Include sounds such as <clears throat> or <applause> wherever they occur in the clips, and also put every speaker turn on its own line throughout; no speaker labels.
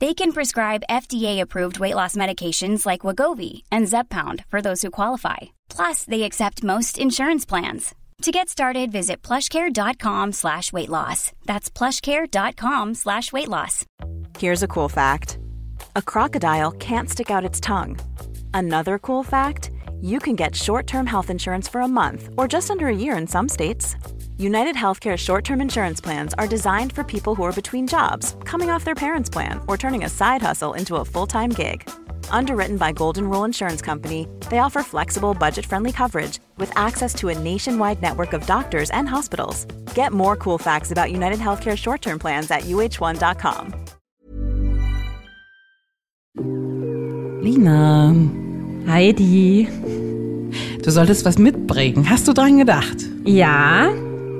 They can prescribe FDA-approved weight loss medications like Wagovi and Zepbound for those who qualify. Plus, they accept most insurance plans. To get started, visit plushcare.com slash weight loss. That's plushcare.com slash weight loss.
Here's a cool fact a crocodile can't stick out its tongue. Another cool fact you can get short term health insurance for a month or just under a year in some states. United Healthcare short term insurance plans are designed for people who are between jobs, coming off their parents' plan, or turning a side hustle into a full time gig. Underwritten by Golden Rule Insurance Company, they offer flexible, budget friendly coverage with access to a nationwide network of doctors and hospitals. Get more cool facts about United Healthcare short term plans at uh1.com.
Lina,
Heidi,
du solltest was mitbringen. Hast du dran gedacht?
ja.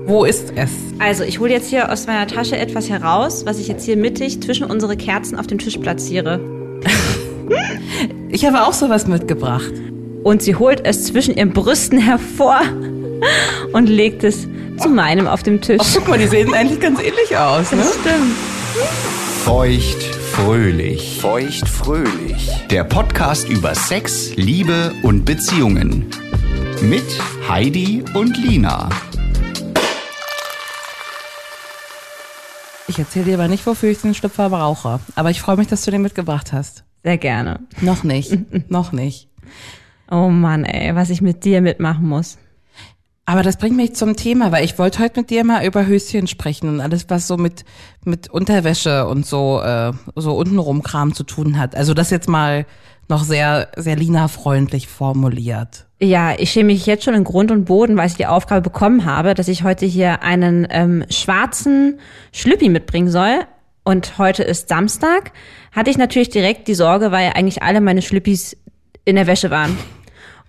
Wo ist es?
Also, ich hole jetzt hier aus meiner Tasche etwas heraus, was ich jetzt hier mittig zwischen unsere Kerzen auf den Tisch platziere.
Ich habe auch sowas mitgebracht.
Und sie holt es zwischen ihren Brüsten <laughs> hervor und legt es zu meinem auf dem Tisch.
Oh, guck mal, die sehen eigentlich ganz ähnlich aus, ne?
Das stimmt.
Feucht fröhlich.
Feucht fröhlich.
Der Podcast über Sex, Liebe und Beziehungen. Mit Heidi und Lina.
Ich erzähle dir aber nicht, wofür ich den Schlüpfer brauche. Aber ich freue mich, dass du den mitgebracht hast.
Sehr gerne.
Noch nicht. <laughs> noch nicht.
Oh Mann, ey, was ich mit dir mitmachen muss.
Aber das bringt mich zum Thema, weil ich wollte heute mit dir mal über Höschen sprechen und alles, was so mit, mit Unterwäsche und so, äh, so untenrum Kram zu tun hat. Also das jetzt mal noch sehr, sehr Lina-freundlich formuliert.
Ja, ich schäme mich jetzt schon in Grund und Boden, weil ich die Aufgabe bekommen habe, dass ich heute hier einen ähm, schwarzen Schlüppi mitbringen soll. Und heute ist Samstag. Hatte ich natürlich direkt die Sorge, weil eigentlich alle meine Schlüppis in der Wäsche waren.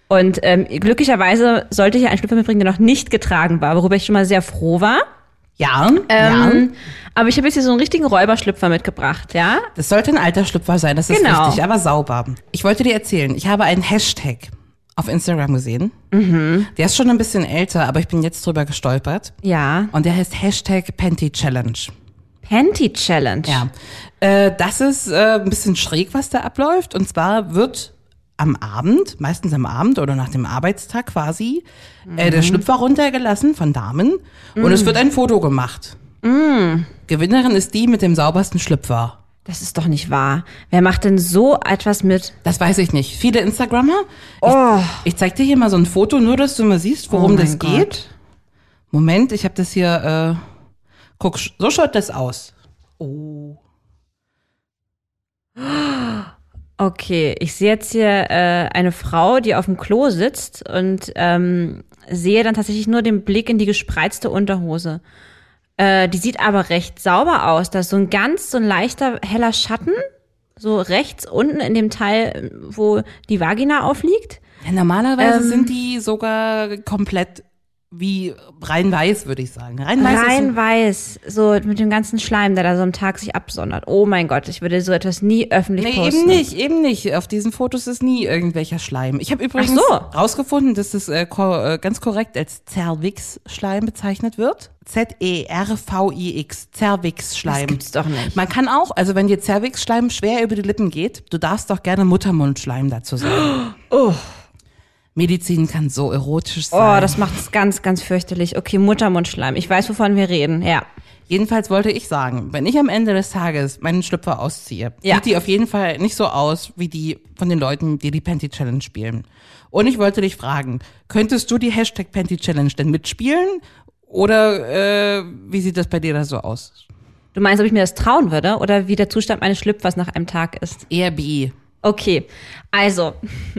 Und ähm, glücklicherweise sollte ich hier einen Schlüpper mitbringen, der noch nicht getragen war, worüber ich schon mal sehr froh war.
Ja, ja.
Ähm, Aber ich habe jetzt hier so einen richtigen Räuberschlüpfer mitgebracht, ja?
Das sollte ein alter Schlüpfer sein, das ist
Genau.
richtig, aber sauber. Ich wollte dir erzählen, ich habe einen Hashtag auf Instagram gesehen. Der ist schon ein bisschen älter, aber ich bin jetzt drüber gestolpert.
Ja.
Und der heißt Hashtag Panty Challenge.
Panty Challenge.
Ja. Äh, das ist äh, ein bisschen schräg, was da abläuft. Und zwar wird am Abend, meistens am Abend oder nach dem Arbeitstag quasi, äh, der Schlüpfer runtergelassen von Damen und es wird ein Foto gemacht. Gewinnerin ist die mit dem saubersten Schlüpfer.
Das ist doch nicht wahr. Wer macht denn so etwas mit?
Das weiß ich nicht. Viele Instagrammer. Ich, ich zeig dir hier mal so ein Foto, nur dass du mal siehst, worum
Oh mein
das geht. Moment, ich habe das hier. Äh, guck, sch- so schaut das aus.
Okay, ich sehe jetzt hier äh, eine Frau, die auf dem Klo sitzt und ähm, sehe dann tatsächlich nur den Blick in die gespreizte Unterhose. Äh, die sieht aber recht sauber aus. Da ist so ein ganz, so ein leichter, heller Schatten, so rechts unten in dem Teil, wo die Vagina aufliegt.
Ja,
Ähm.
normalerweise sind die sogar komplett wie rein weiß, würde ich sagen. Rein weiß.
Rein
ist
weiß, so mit dem ganzen Schleim, der da so am Tag sich absondert. Oh mein Gott, ich würde so etwas nie öffentlich
Nee,
posten.
eben nicht, eben nicht. Auf diesen Fotos ist nie irgendwelcher Schleim. Ich habe übrigens
so.
rausgefunden, dass das äh, ko äh, ganz korrekt als Cervix-Schleim bezeichnet wird. E Z-E-R-V-I-X,
Das
Cervix-Schleim.
gibt's doch nicht.
Man kann auch, also wenn dir Zervixschleim schwer über die Lippen geht, du darfst doch gerne Muttermundschleim dazu sagen. Medizin kann so erotisch sein.
Oh, das macht es ganz, ganz fürchterlich. Okay, Muttermundschleim. Ich weiß, wovon wir reden. Ja.
Jedenfalls wollte ich sagen, wenn ich am Ende des Tages meinen Schlüpfer ausziehe,
Ja.
sieht die auf jeden Fall nicht so aus wie die von den Leuten, die die Panty Challenge spielen. Und ich wollte dich fragen, könntest du die Hashtag Panty Challenge denn mitspielen? Oder äh, wie sieht das bei dir da so aus?
Du meinst, ob ich mir das trauen würde oder wie der Zustand meines Schlüpfers nach einem Tag ist?
Eher B.
Okay, also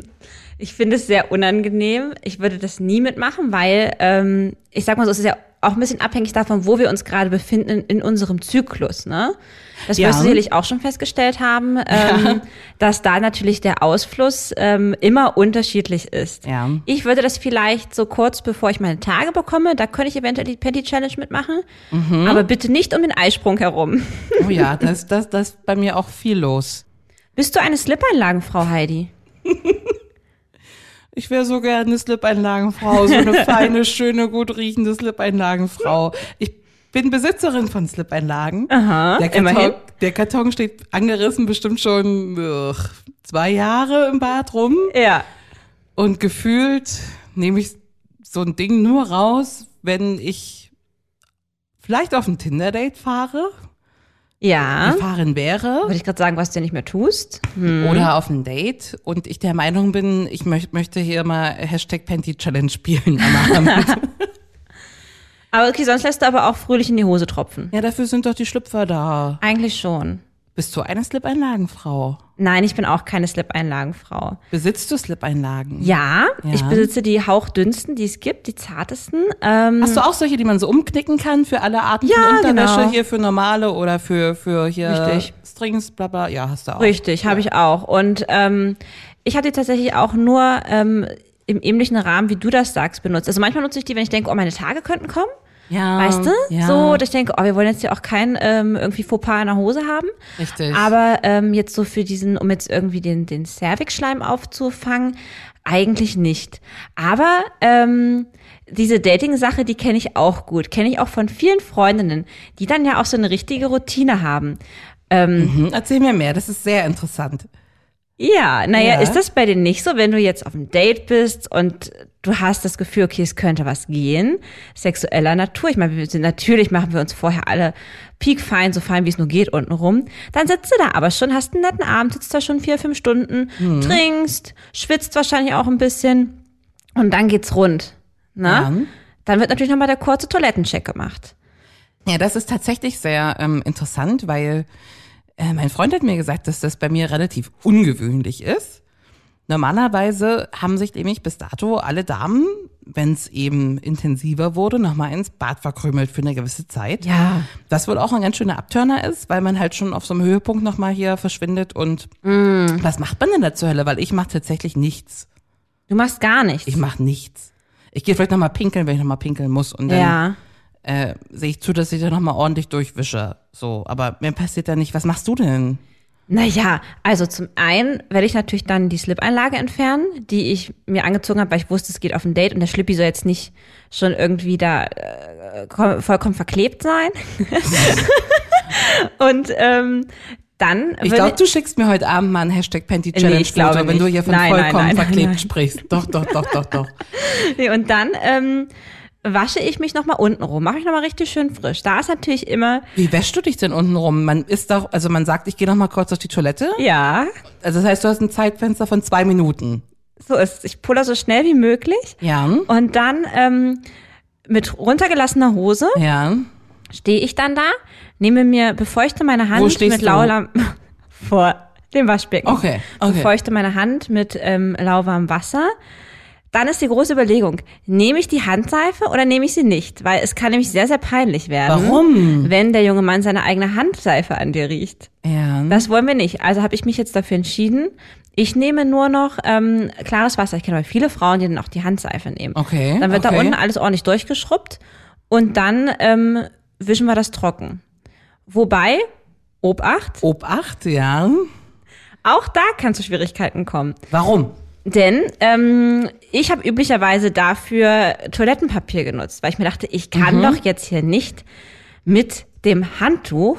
<laughs> ich finde es sehr unangenehm. Ich würde das nie mitmachen, weil ähm, ich sag mal so, es ist ja auch ein bisschen abhängig davon, wo wir uns gerade befinden in unserem Zyklus. Ne? Das
Ja.
wirst du sicherlich auch schon
<laughs>
festgestellt haben, ähm, dass da natürlich der Ausfluss ähm, immer unterschiedlich ist.
Ja.
Ich würde das vielleicht so kurz bevor ich meine Tage bekomme, da könnte ich eventuell die Panty Challenge mitmachen,
Mhm.
aber bitte nicht um den Eisprung herum.
Oh ja, das, das, das ist bei mir auch viel los.
Bist du eine Slip-Einlagenfrau, Heidi?
Ich wäre so gerne eine Slip-Einlagenfrau, so eine feine, schöne, gut riechende Slip-Einlagenfrau. Ich bin Besitzerin von Slip-Einlagen. Aha, der
immerhin.
Karton, der Karton steht angerissen bestimmt schon ugh, zwei Jahre im Bad rum.
Ja.
Und gefühlt nehme ich so ein Ding nur raus, wenn ich vielleicht auf ein Tinder-Date fahre,
Ja.
gefahren wäre.
Würde ich gerade sagen, was du nicht mehr tust. Hm.
oder auf ein Date und ich der Meinung bin, ich möcht, möchte hier mal Hashtag Panty Challenge spielen am Abend.
Aber okay, sonst lässt du aber auch fröhlich in die Hose tropfen.
ja, dafür sind doch die Schlüpfer da.
Eigentlich schon.
Bist du eine Slip-Einlagenfrau?
Nein, ich bin auch keine Slip-Einlagenfrau.
Besitzt du Slip-Einlagen?
Ja,
Ja.
ich besitze die hauchdünnsten, die es gibt, die zartesten. Ähm,
Hast du auch solche, die man so umknicken kann für alle Arten
Ja,
von Unterwäsche?
genau.
Hier für normale oder für, für hier
Richtig.
Strings, bla bla. Ja, hast du auch.
Richtig, habe ich auch. Und ähm, ich habe die tatsächlich auch nur ähm, im ähnlichen Rahmen, wie du das sagst, benutzt. Also manchmal nutze ich die, wenn ich denke, oh, meine Tage könnten kommen.
Ja,
Weißt du?
Ja,
So, dass ich denke, oh, wir wollen jetzt hier auch kein ähm, irgendwie Fauxpas in der Hose haben.
Richtig.
Aber ähm, jetzt so für diesen, um jetzt irgendwie den, den Cervix-Schleim aufzufangen, eigentlich nicht. Aber ähm, diese Dating-Sache, die kenne ich auch gut. Kenne ich auch von vielen Freundinnen, die dann ja auch so eine richtige Routine haben.
Hm, Erzähl mir mehr, das ist sehr interessant.
Ja, naja,
Ja.
ist das bei denen nicht so, wenn du jetzt auf einem Date bist und du hast das Gefühl, okay, es könnte was gehen, sexueller Natur. Ich meine, wir sind, natürlich machen wir uns vorher alle piekfein, so fein wie es nur geht, unten rum. Dann sitzt du da aber schon, hast einen netten Abend, sitzt da schon vier, fünf Stunden,
Mhm.
trinkst, schwitzt wahrscheinlich auch ein bisschen und dann geht's rund. Ne? Dann wird natürlich nochmal der kurze Toilettencheck gemacht.
Ja, das ist tatsächlich sehr ähm, interessant, weil äh, mein Freund hat mir gesagt, dass das bei mir relativ ungewöhnlich ist. Normalerweise haben sich nämlich bis dato alle Damen, wenn es eben intensiver wurde, nochmal ins Bad verkrümelt für eine gewisse Zeit.
Ja.
Was wohl auch ein ganz schöner Abturner ist, weil man halt schon auf so einem Höhepunkt nochmal hier verschwindet und
Mm.
was macht man denn da zur Hölle? Weil ich mache tatsächlich nichts.
Du machst gar nichts.
Ich mache nichts. Ich gehe vielleicht nochmal pinkeln, wenn ich nochmal pinkeln muss und dann
ja.
Äh, sehe ich zu, dass ich da nochmal ordentlich durchwische. So, aber mir passiert da nicht. Was machst du denn?
Naja, also zum einen werde ich natürlich dann die Slip-Einlage entfernen, die ich mir angezogen habe, weil ich wusste, es geht auf ein Date und der Schlippi soll jetzt nicht schon irgendwie da äh, kom- vollkommen verklebt sein. <laughs> und ähm, dann
Ich
würde-
glaube, du schickst mir heute Abend mal ein Hashtag Panty Challenge
ich glaube
Foto, wenn du
nicht.
hier von
Nein, nein,
vollkommen
nein, nein,
verklebt
<laughs> nein.
sprichst. Doch, doch, doch, doch, doch.
Nee, <laughs> und dann ähm, wasche ich mich nochmal unten rum, mache ich nochmal richtig schön frisch. Da ist natürlich immer,
Wie wäschst du dich denn unten rum? Man ist doch, also man sagt, ich gehe noch mal kurz auf die Toilette.
ja,
Also das heißt, du hast ein Zeitfenster von zwei Minuten.
so ist es. Ich puller so schnell wie möglich
Ja.
und dann ähm, mit runtergelassener Hose
Ja.
stehe ich dann da, nehme mir, befeuchte meine
Wo
Hand
stehst
mit
du?
lauwarm <laughs> vor dem Waschbecken.
Okay, okay.
Befeuchte meine Hand mit ähm, lauwarmem Wasser. Dann ist die große Überlegung, nehme ich die Handseife oder nehme ich sie nicht? Weil es kann nämlich sehr, sehr peinlich werden.
Warum?
Wenn der junge Mann seine eigene Handseife an dir riecht.
Ja.
Das wollen wir nicht. Also habe ich mich jetzt dafür entschieden. Ich nehme nur noch ähm, klares Wasser. Ich kenne aber viele Frauen, die dann auch die Handseife nehmen.
Okay,
Dann wird da
okay.
unten alles ordentlich durchgeschrubbt und dann ähm, wischen wir das trocken. Wobei, Obacht,
Obacht, ja.
auch da kann zu Schwierigkeiten kommen.
Warum?
Denn ähm, ich habe üblicherweise dafür Toilettenpapier genutzt, weil ich mir dachte, ich
Mhm.
kann doch jetzt hier nicht mit dem Handtuch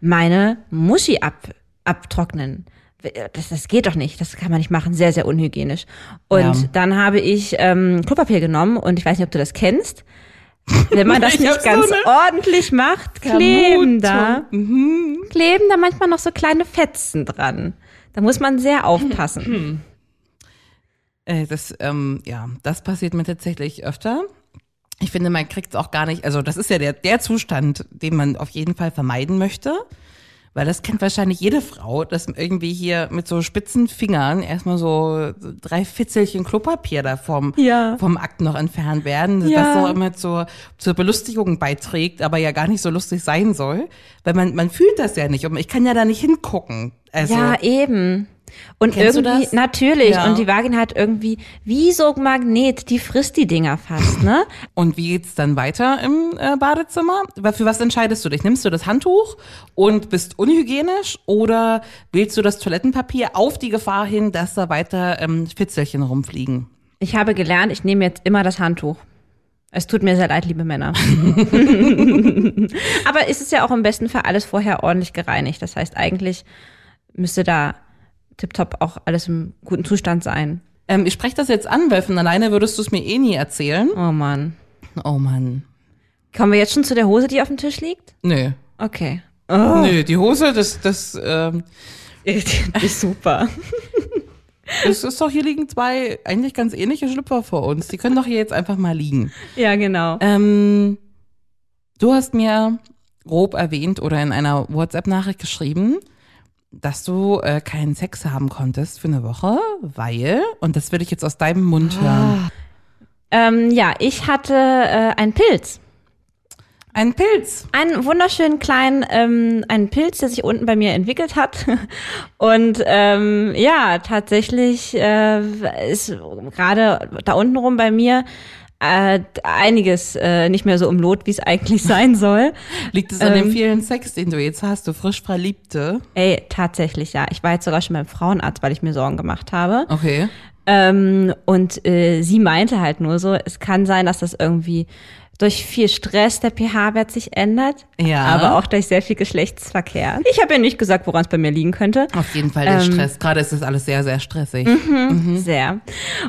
meine Muschi ab, abtrocknen. äh, Das, das geht doch nicht, das kann man nicht machen, sehr, sehr unhygienisch. Und
Ja.
dann habe ich ähm, Klopapier genommen und ich weiß nicht, ob du das kennst.
<laughs>
Wenn man das
Ich
nicht
hab so ne
ganz
eine
ordentlich macht, kleben da,
Mhm.
kleben da manchmal noch so kleine Fetzen dran. Da muss man sehr aufpassen.
Äh, das, ähm, ja, das passiert mir tatsächlich öfter. Ich finde, man kriegt es auch gar nicht, also das ist ja der, der Zustand, den man auf jeden Fall vermeiden möchte. Weil das kennt wahrscheinlich jede Frau, dass irgendwie hier mit so spitzen Fingern erstmal so drei Fitzelchen Klopapier da vom,
Ja.
vom Akt noch entfernt werden,
Ja.
das auch immer zur, zur Belustigung beiträgt, aber ja gar nicht so lustig sein soll. Weil man, man fühlt das ja nicht und ich kann ja da nicht hingucken. Also,
Ja, eben. Und
Kennst du
irgendwie,
das?
natürlich,
Ja.
und die Vagina hat irgendwie, wie so ein Magnet, die frisst die Dinger fast, ne?
Und wie geht's dann weiter im äh, Badezimmer? Wa- Für was entscheidest du dich? Nimmst du das Handtuch und bist unhygienisch oder wählst du das Toilettenpapier auf die Gefahr hin, dass da weiter ähm, Fitzelchen rumfliegen?
Ich habe gelernt, ich nehme jetzt immer das Handtuch. Es tut mir sehr leid, liebe Männer.
<laughs>
Aber es ist ja auch im besten Fall alles vorher ordentlich gereinigt. Das heißt, eigentlich müsste da tipptopp auch alles im guten Zustand sein.
Ähm, ich spreche das jetzt an, weil von alleine würdest du es mir eh nie erzählen.
Oh Mann.
Oh Mann.
Kommen wir jetzt schon zu der Hose, die auf dem Tisch liegt?
Nö.
Okay.
Nö, die Hose, das, das, ähm,
<laughs> Die ist super.
das ist doch, hier liegen zwei eigentlich ganz ähnliche Schlüpfer vor uns. Die können doch hier jetzt einfach mal liegen.
Ja, genau.
Ähm, du hast mir grob erwähnt oder in einer WhatsApp-Nachricht geschrieben, dass du äh, keinen Sex haben konntest für eine Woche, weil, und das will ich jetzt aus deinem Mund hören,
Ähm, ja, ich hatte äh, einen Pilz.
ein Pilz.
einen wunderschönen kleinen ähm, einen Pilz, der sich unten bei mir entwickelt hat. <laughs> Und ähm, ja, tatsächlich äh, ist gerade da unten rum bei mir äh, einiges äh, nicht mehr so im Lot, wie es eigentlich <laughs> sein soll.
Liegt es an dem vielen Sex, den du jetzt hast, du frisch Verliebte?
Ey, tatsächlich, ja. Ich war jetzt sogar schon beim Frauenarzt, weil ich mir Sorgen gemacht habe.
Okay.
Ähm, und äh, sie meinte halt nur so, es kann sein, dass das irgendwie durch viel Stress der pH-Wert sich ändert,
Ja.
aber auch durch sehr viel Geschlechtsverkehr. Ich habe ja nicht gesagt, woran es bei mir liegen könnte.
Auf jeden Fall der Stress. Gerade ist das alles sehr, sehr stressig.
Sehr.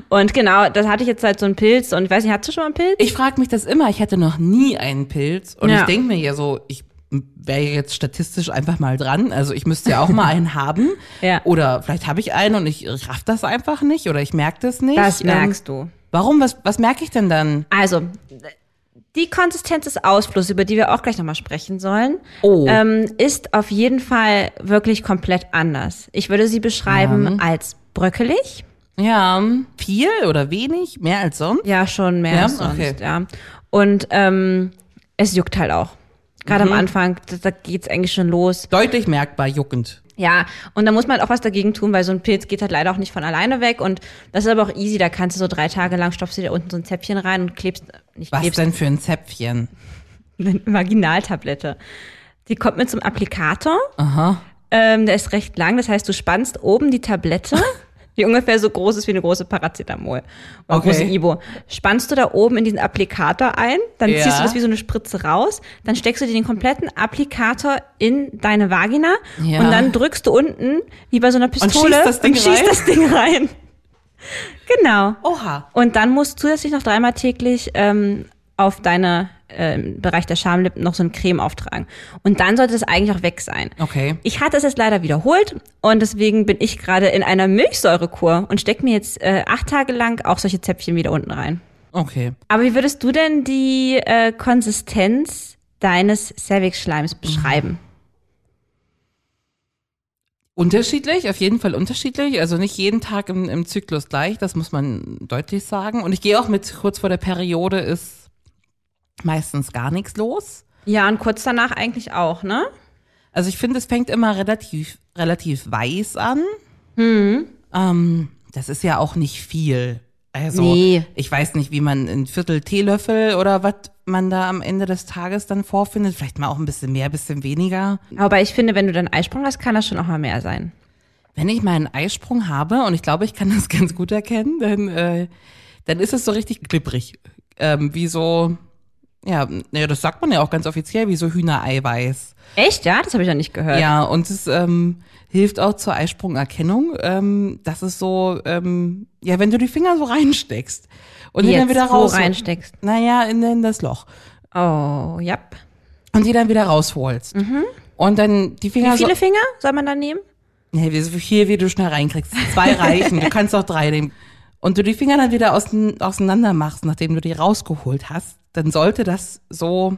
Und genau, das hatte ich jetzt halt so einen Pilz und ich weiß nicht, hattest du schon mal einen Pilz?
Ich frage mich das immer, ich hatte noch nie einen Pilz und
Ja.
ich denke mir ja so, ich wäre jetzt statistisch einfach mal dran, also ich müsste ja auch mal einen haben
<laughs> Ja.
oder vielleicht habe ich einen und ich raff das einfach nicht oder ich merke das nicht.
das merkst du.
Ähm, warum, was, was merke ich denn dann?
Also, die Konsistenz des Ausflusses, über die wir auch gleich nochmal sprechen sollen,
Oh.
ähm, ist auf jeden Fall wirklich komplett anders. Ich würde sie beschreiben als bröckelig.
Ja, viel oder wenig, mehr als sonst?
Ja, schon mehr
Ja?
als sonst,
Okay.
ja. Und ähm, es juckt halt auch. Gerade
Mhm.
am Anfang, da, da geht's eigentlich schon los.
Deutlich merkbar juckend.
Ja, und da muss man halt auch was dagegen tun, weil so ein Pilz geht halt leider auch nicht von alleine weg. Und das ist aber auch easy, da kannst du so drei Tage lang stopfst du dir unten so ein Zäpfchen rein und klebst, nicht
Was
klebst,
denn für ein Zäpfchen?
eine Vaginaltablette. Die kommt mit zum Applikator. Aha. Ähm, der ist recht lang, das heißt, du spannst oben
<laughs>
die Tablette, die ungefähr so groß ist wie eine große Paracetamol oder
Okay.
große Ibo. Spannst du da oben in diesen Applikator ein, dann
Ja.
ziehst du das wie so eine Spritze raus, dann steckst du dir den kompletten Applikator in deine Vagina
Ja.
und dann drückst du unten wie bei so einer Pistole
schießt das Ding
und schießt
rein?
das Ding rein. <laughs> genau.
Oha.
Und dann musst du zusätzlich noch dreimal täglich ähm, auf deine äh, im Bereich der Schamlippen noch so eine Creme auftragen. Und dann sollte es eigentlich auch weg sein.
Okay.
Ich hatte es jetzt leider wiederholt und deswegen bin ich gerade in einer Milchsäurekur und stecke mir jetzt äh, acht Tage lang auch solche Zäpfchen wieder unten rein.
Okay.
Aber wie würdest du denn die äh, Konsistenz deines Cervix-Schleims beschreiben?
Unterschiedlich, auf jeden Fall unterschiedlich. Also nicht jeden Tag im, im Zyklus gleich, das muss man deutlich sagen. Und ich gehe auch mit, kurz vor der Periode ist meistens gar nichts los.
Ja, und kurz danach eigentlich auch, ne?
Also ich finde, es fängt immer relativ, relativ weiß an. Ähm, das ist ja auch nicht viel. Also
Nee.
ich weiß nicht, wie man ein Viertel Teelöffel oder was man da am Ende des Tages dann vorfindet. Vielleicht mal auch ein bisschen mehr, ein bisschen weniger.
Aber ich finde, wenn du dann Eisprung hast, kann das schon auch mal mehr sein.
Wenn ich mal einen Eisprung habe, und ich glaube, ich kann das <laughs> ganz gut erkennen, dann, äh, dann ist es so richtig klipprig. Ähm, wie so, ja, naja, das sagt man ja auch ganz offiziell, wie so Hühnereiweiß.
Äh. Echt? Ja, das habe ich noch nicht gehört.
Ja, und es ähm, hilft auch zur Eisprungerkennung. Ähm, das ist so, ähm, ja, wenn du die Finger so reinsteckst und die
Jetzt,
dann wieder
wo
raus.
reinsteckst?
Naja, in, in das Loch.
Oh, ja.
Und die dann wieder rausholst. Und dann die Finger
Mhm. Wie viele
so.
Finger soll man da nehmen?
Nee, wie so viel, wie du schnell reinkriegst. Zwei reichen, du kannst auch drei nehmen. Und du die Finger dann wieder ausen- auseinander machst, nachdem du die rausgeholt hast, dann sollte das so,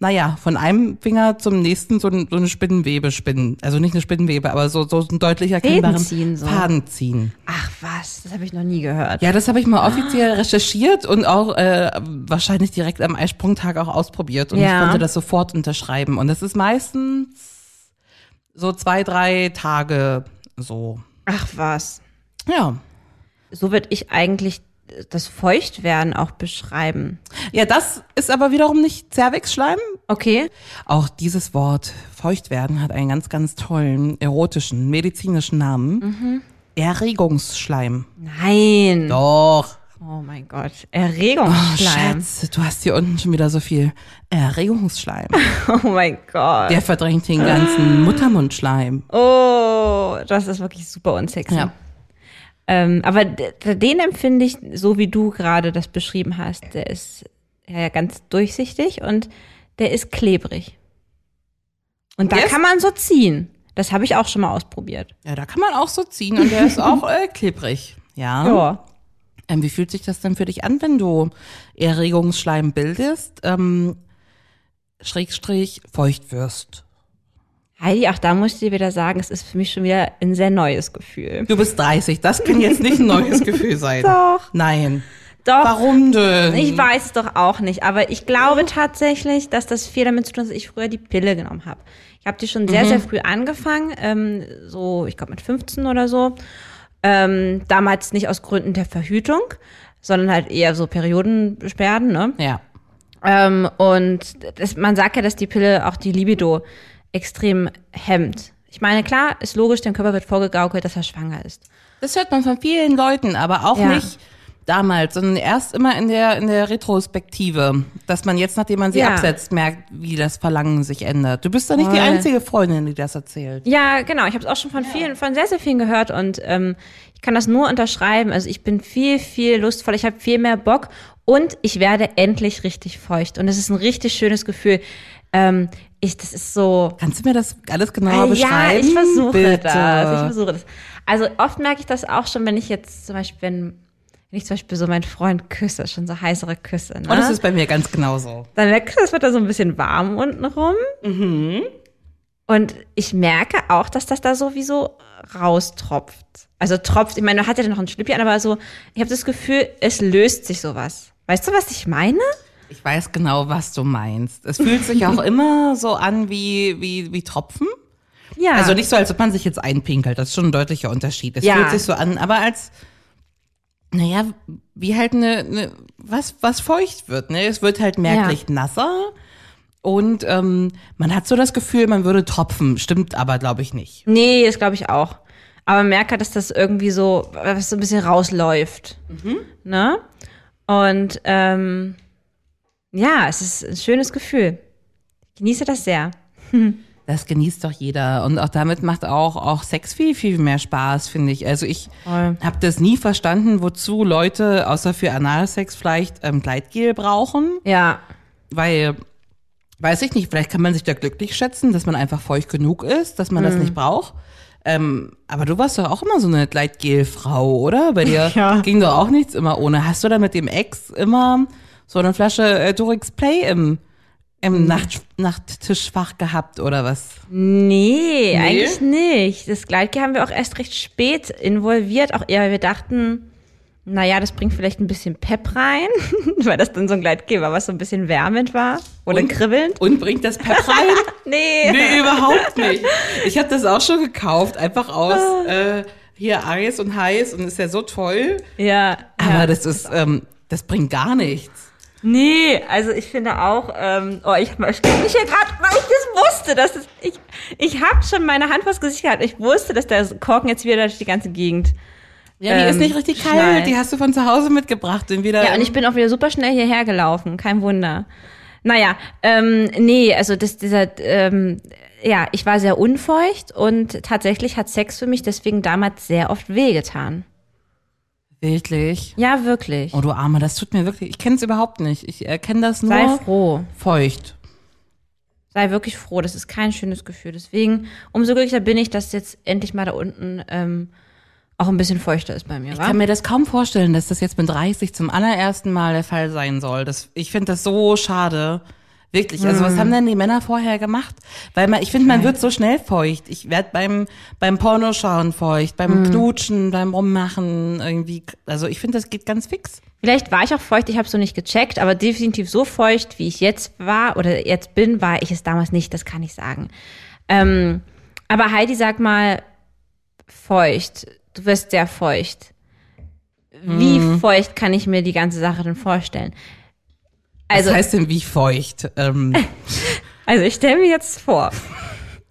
naja, von einem Finger zum nächsten so, ein, so eine Spinnenwebe spinnen. Also nicht eine Spinnenwebe, aber so, so einen deutlich erkennbaren
ziehen, so.
Faden ziehen.
Ach was, das habe ich noch nie gehört.
Ja, das habe ich mal offiziell
Ah.
recherchiert und auch äh, wahrscheinlich direkt am Eisprungtag auch ausprobiert. Und
Ja.
ich konnte das sofort unterschreiben. Und das ist meistens so zwei, drei Tage so.
Ach was.
Ja.
So würde ich eigentlich das Feuchtwerden auch beschreiben.
Ja, das ist aber wiederum nicht Zervixschleim.
Okay.
Auch dieses Wort Feuchtwerden hat einen ganz, ganz tollen, erotischen, medizinischen Namen. Erregungsschleim.
Nein.
Doch.
Oh mein Gott.
Oh,
Erregungsschleim.
Schatz, du hast hier unten schon wieder so viel <laughs> Erregungsschleim.
Oh, mein Gott.
Der verdrängt den ganzen Muttermundschleim.
Oh, das ist wirklich super unsexy.
Ja.
Ähm, aber d- den empfinde ich, so wie du gerade das beschrieben hast, der ist ja ganz durchsichtig und der ist klebrig. Und da
Yes.
kann man so ziehen. Das habe ich auch schon mal ausprobiert.
Ja, da kann man auch so ziehen und der ist auch äh, klebrig. Ja.
Ja.
Ähm, wie fühlt sich das denn für dich an, wenn du Erregungsschleim bildest, ähm, Schrägstrich feucht wirst?
Heidi, ach, da muss ich dir wieder sagen, es ist für mich schon wieder ein sehr neues Gefühl.
Du bist 30, das kann jetzt nicht ein neues Gefühl sein. <laughs>
Doch.
Nein.
Doch.
Warum denn?
Ich weiß es doch auch nicht, aber ich glaube tatsächlich, dass das viel damit zu tun hat, dass ich früher die Pille genommen habe. Ich habe die schon sehr, sehr früh angefangen, ähm, so, ich glaube mit 15 oder so. Ähm, damals nicht aus Gründen der Verhütung, sondern halt eher so Periodenbeschwerden, ne?
Ja.
Ähm, und das, man sagt ja, dass die Pille auch die Libido extrem hemmt. Ich meine, klar, ist logisch, dem Körper wird vorgegaukelt, dass er schwanger ist.
Das hört man von vielen Leuten, aber auch
Ja.
nicht damals, sondern erst immer in der, in der Retrospektive, dass man jetzt, nachdem man sie
Ja.
absetzt, merkt, wie das Verlangen sich ändert. Du bist doch nicht die
Voll.
einzige Freundin, die das erzählt.
Ja, genau. Ich habe es auch schon von vielen, von sehr, sehr vielen gehört und ähm, ich kann das nur unterschreiben. Also ich bin viel, viel lustvoller, ich habe viel mehr Bock und ich werde endlich richtig feucht. Und es ist ein richtig schönes Gefühl. Ähm, ich, das ist so.
Kannst du mir das alles genauer
Ah, ja,
beschreiben?
ich versuche
Bitte.
das. Ich versuche das. Also oft merke ich das auch schon, wenn ich jetzt zum Beispiel, wenn, wenn ich zum Beispiel so meinen Freund küsse, schon so heißere Küsse. Ne?
Und es ist bei mir ganz genauso.
dann merkst du, es wird da so ein bisschen warm unten rum. Mhm. Und ich merke auch, dass das da sowieso raustropft. Also tropft, ich meine, man hat ja noch ein Schlüppi an, aber so, ich habe das Gefühl, es löst sich sowas. Weißt du, was ich meine?
Ich weiß genau, was du meinst. Es fühlt sich <laughs> auch immer so an wie, wie, wie Tropfen.
Ja.
Also nicht so, als ob man sich jetzt einpinkelt. Das ist schon ein deutlicher Unterschied. Es
Ja.
fühlt sich so an, aber als, naja, wie halt eine, eine was, was feucht wird, ne? Es wird halt merklich nasser. Und ähm, man hat so das Gefühl, man würde tropfen. Stimmt aber, glaube ich, nicht.
Nee, das glaube ich auch. Aber man merkt halt, dass das irgendwie so, was so ein bisschen rausläuft. Ne? Und ähm, ja, es ist ein schönes Gefühl. Ich genieße das sehr.
Das genießt doch jeder. Und auch damit macht auch, auch Sex viel, viel mehr Spaß, finde ich. Also ich
Voll.
habe das nie verstanden, wozu Leute außer für Analsex vielleicht ähm, Gleitgel brauchen.
Ja.
Weil, weiß ich nicht, vielleicht kann man sich da glücklich schätzen, dass man einfach feucht genug ist, dass man
Mhm.
das nicht braucht. Ähm, aber du warst doch auch immer so eine Gleitgel-Frau, oder? Bei dir
<laughs> Ja.
ging doch auch nichts immer ohne. Hast du da mit dem Ex immer so eine Flasche äh, Durix Play im, im
Mhm.
Nacht, Nachttischfach gehabt oder was?
Nee, eigentlich nicht. Das Gleitgel haben wir auch erst recht spät involviert, auch eher, weil wir dachten, naja, das bringt vielleicht ein bisschen Pep rein, <laughs> weil das dann so ein Gleitgel war, was so ein bisschen wärmend war oder
Und-
kribbelnd.
Und bringt das Pep
<laughs>
rein?
Nee.
Nee, überhaupt nicht. Ich habe das auch schon gekauft, einfach aus
Ah.
äh, hier Eis und heiß und ist ja so toll.
Ja.
Aber
ja.
das ist, ähm, das bringt gar nichts.
Nee, also ich finde auch, ähm, oh, ich möchte mich hier gerade, weil ich das wusste, dass es, ich, ich habe schon meine Hand vors Gesicht gehabt. Ich wusste, dass der Korken jetzt wieder durch die ganze Gegend.
Ja, die
ähm,
ist nicht richtig kalt,
schnallt.
die hast du von zu Hause mitgebracht und wieder.
Ja, und ich bin auch wieder super schnell hierher gelaufen, kein Wunder. Naja, ähm, nee, also das, dieser, ähm, ja, ich war sehr unfeucht und tatsächlich hat Sex für mich deswegen damals sehr oft wehgetan.
Wirklich.
Ja, wirklich.
Oh, du Arme, das tut mir wirklich, ich kenne es überhaupt nicht. Ich äh, kenne das nur
Sei froh.
feucht.
Sei wirklich froh. Das ist kein schönes Gefühl. Deswegen, umso glücklicher bin ich, dass jetzt endlich mal da unten ähm, auch ein bisschen feuchter ist bei mir.
Ich
wa?
kann mir das kaum vorstellen, dass das jetzt mit 30 zum allerersten Mal der Fall sein soll. Das, ich finde das so schade. Wirklich. Also was haben denn die Männer vorher gemacht? Weil man, ich finde, man wird so schnell feucht. Ich werde beim, beim Pornoschauen feucht, beim Knutschen, beim Rummachen irgendwie. Also ich finde, das geht ganz fix.
Vielleicht war ich auch feucht, ich habe es so nicht gecheckt, aber definitiv so feucht, wie ich jetzt war oder jetzt bin, war ich es damals nicht, das kann ich sagen. Ähm, aber Heidi, sag mal, feucht, du wirst sehr feucht. Wie feucht kann ich mir die ganze Sache denn vorstellen? Also,
was heißt denn wie feucht?
<laughs>
Ähm,
also ich stelle mir jetzt vor,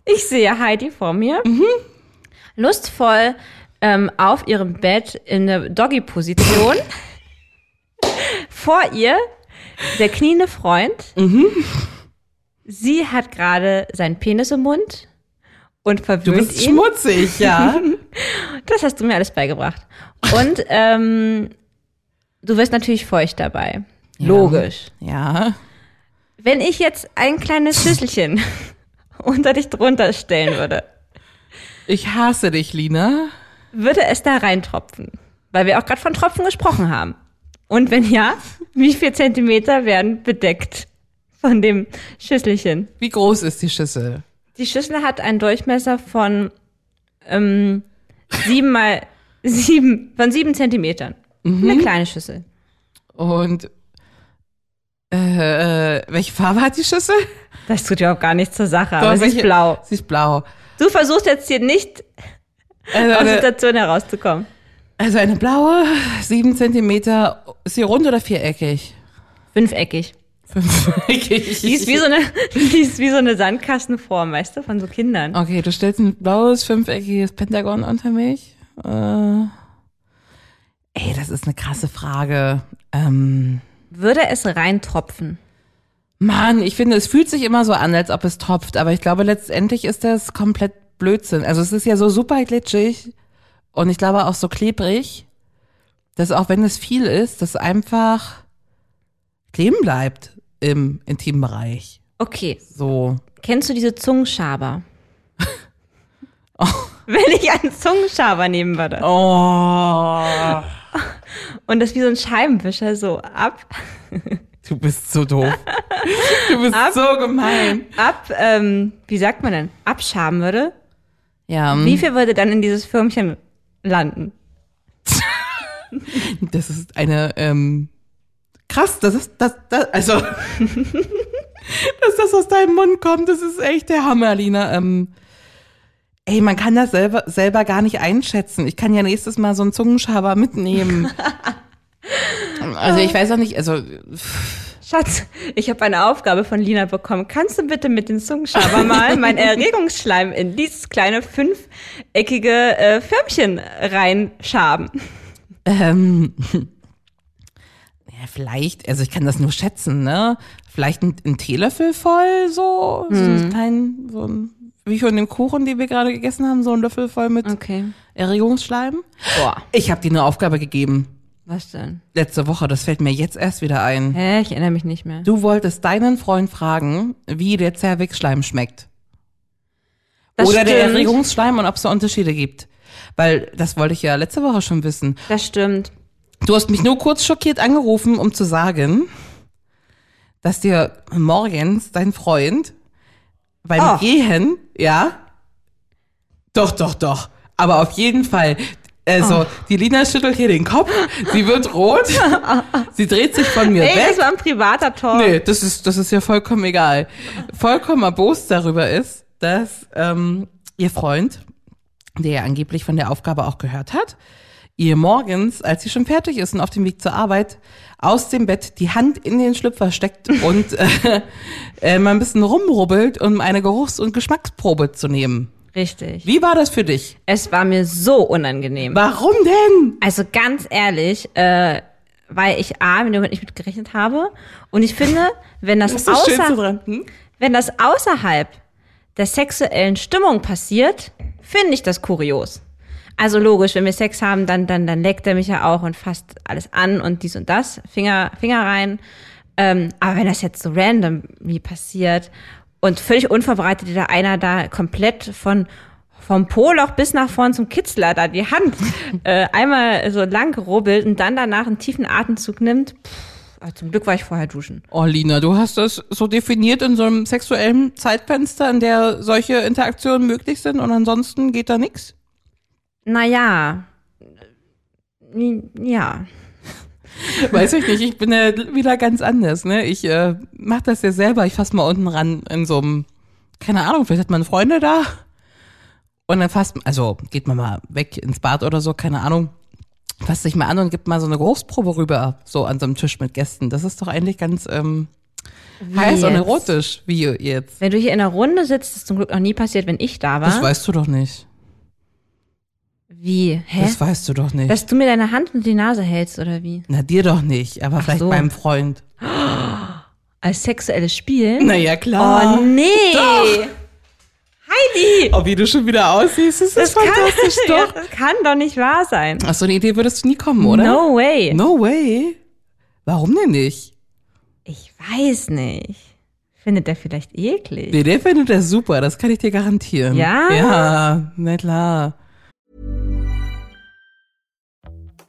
ich sehe Heidi vor mir, lustvoll ähm, auf ihrem Bett in der Doggy-Position. vor ihr der kniende Freund. Sie hat gerade seinen Penis im Mund und
du
verwöhnt
bist
ihn.
schmutzig,
<laughs>
ja.
Das hast du mir alles beigebracht. Und ähm, du wirst natürlich feucht dabei. Logisch.
ja.
Wenn ich jetzt ein kleines Schüsselchen <laughs> unter dich drunter stellen würde,
Ich hasse dich, Lina.
würde es da reintropfen? Weil wir auch gerade von Tropfen gesprochen haben. Und wenn ja, wie viel Zentimeter werden bedeckt von dem Schüsselchen?
Wie groß ist die Schüssel?
Die Schüssel hat einen Durchmesser von ähm, sieben mal sieben, von sieben Zentimetern.
Mhm.
Eine kleine Schüssel.
Und äh, äh, welche Farbe hat die Schüssel?
Das tut überhaupt gar nichts zur Sache, <laughs> aber
Doch,
sie ist
welche-
blau.
Sie ist
<laughs>
blau.
Du versuchst jetzt hier nicht
Also
aus der
eine,
Situation herauszukommen.
also eine blaue, sieben Zentimeter. Ist sie rund oder viereckig? <laughs>
Fünfeckig.
Fünfeckig.
Die ist wie so eine, <laughs> die ist wie so eine Sandkastenform, weißt du, von so Kindern.
okay, du stellst ein blaues, fünfeckiges Pentagon unter mich. Äh, ey, das ist eine krasse Frage. Ähm,
Würde es reintropfen?
Mann, ich finde, es fühlt sich immer so an, als ob es tropft, aber ich glaube, letztendlich ist das komplett Blödsinn. Also es ist ja so super glitschig und ich glaube auch so klebrig, dass auch wenn es viel ist, das einfach kleben bleibt im Intimbereich.
Okay.
So.
Kennst du diese Zungenschaber? <laughs> Wenn ich einen Zungenschaber nehmen würde
Oh,
und das wie so ein Scheibenwischer so ab,
du bist so doof. Du bist so gemein.
ab, ähm, wie sagt man denn, abschaben würde,
Ja,
wie viel würde dann in dieses Firmchen landen?
das ist eine ähm, krass, das ist das, das also dass das aus deinem Mund kommt, das ist echt der Hammer, Lina. Ähm, ey, man kann das selber selber gar nicht einschätzen. Ich kann ja nächstes Mal so einen Zungenschaber mitnehmen. Also ich weiß auch nicht, also
Schatz, ich habe eine Aufgabe von Lina bekommen. Kannst du bitte mit dem Zungenschaber <laughs> mal meinen Erregungsschleim in dieses kleine fünfeckige äh, Firmchen reinschaben?
ähm, ja, vielleicht, also ich kann das nur schätzen, ne? Vielleicht ein, ein Teelöffel voll, so, so einen kleinen, so ein, wie von dem Kuchen, den wir gerade gegessen haben, so ein Löffel voll mit
Okay.
Erregungsschleim?
Boah,
Ich habe dir eine Aufgabe gegeben
was denn?
letzte Woche, das fällt mir jetzt erst wieder ein.
Hä, ich erinnere mich nicht mehr.
Du wolltest deinen Freund fragen, wie der Zervixschleim schmeckt.
Das
Oder der
stimmt.
Erregungsschleim und ob es da Unterschiede gibt. Weil das wollte ich ja letzte Woche schon wissen.
Das stimmt.
Du hast mich nur kurz schockiert angerufen, um zu sagen, dass dir morgens dein Freund beim
Oh.
Gehen, ja, doch, doch, doch, aber auf jeden Fall, also die Lina schüttelt hier den Kopf, sie wird
<laughs>
rot, sie dreht sich von mir
Ey,
weg.
das war ein privater Talk.
Nee, das ist, das ist ja vollkommen egal. Vollkommen erbost darüber ist, dass ähm, ihr Freund, der ja angeblich von der Aufgabe auch gehört hat, ihr morgens, als sie schon fertig ist und auf dem Weg zur Arbeit, aus dem Bett die Hand in den Schlüpfer steckt und <laughs> äh, äh, mal ein bisschen rumrubbelt, um eine Geruchs- und Geschmacksprobe zu nehmen.
Richtig.
Wie war das für dich?
Es war mir so unangenehm.
Warum denn?
Also ganz ehrlich, äh, weil ich A, mit dem Moment nicht mit gerechnet habe. Und ich finde, wenn das,
das
außer,
Schönste dran, hm?
wenn das außerhalb der sexuellen Stimmung passiert, finde ich das kurios. Also logisch, wenn wir Sex haben, dann, dann, dann leckt er mich ja auch und fasst alles an und dies und das, Finger, Finger rein. Ähm, aber wenn das jetzt so random wie passiert und völlig unverbreitet da einer da komplett von vom Poloch bis nach vorn zum Kitzler da die Hand äh, einmal so lang rubbelt und dann danach einen tiefen Atemzug nimmt. Pff, also zum Glück war ich vorher duschen.
Oh, Lina, du hast das so definiert in so einem sexuellen Zeitfenster, in der solche Interaktionen möglich sind und ansonsten geht da nichts?
Naja, n- ja.
Weiß ich nicht, ich bin ja wieder ganz anders, ne? Ich äh, mach das ja selber, ich fass mal unten ran in so einem, keine Ahnung, vielleicht hat man Freunde da und dann fasst, also geht man mal weg ins Bad oder so, keine Ahnung, fasst sich mal an und gibt mal so eine Geruchsprobe rüber, so an so einem Tisch mit Gästen. Das ist doch eigentlich ganz ähm, heiß und
jetzt?
erotisch, wie jetzt.
Wenn du hier in der Runde sitzt, ist zum Glück noch nie passiert, wenn ich da
Das
war.
weißt du doch nicht.
Wie? Hä?
Das weißt du doch nicht.
Dass du mir deine Hand unter die Nase hältst oder wie?
Na, dir doch nicht, aber vielleicht
so.
meinem Freund.
Als sexuelles Spiel?
Naja,
Oh
klar.
nee!
Doch.
Heidi!
Oh, wie du schon wieder aussiehst, das ist
Das kann,
fantastisch,
<laughs> ja,
doch.
das kann doch nicht wahr sein.
Ach, so eine Idee würdest du nie kommen, oder?
No way.
No way. Warum denn nicht?
Ich weiß nicht. Findet er vielleicht eklig?
Nee, der findet das super, das kann ich dir garantieren.
Ja?
Ja, na klar.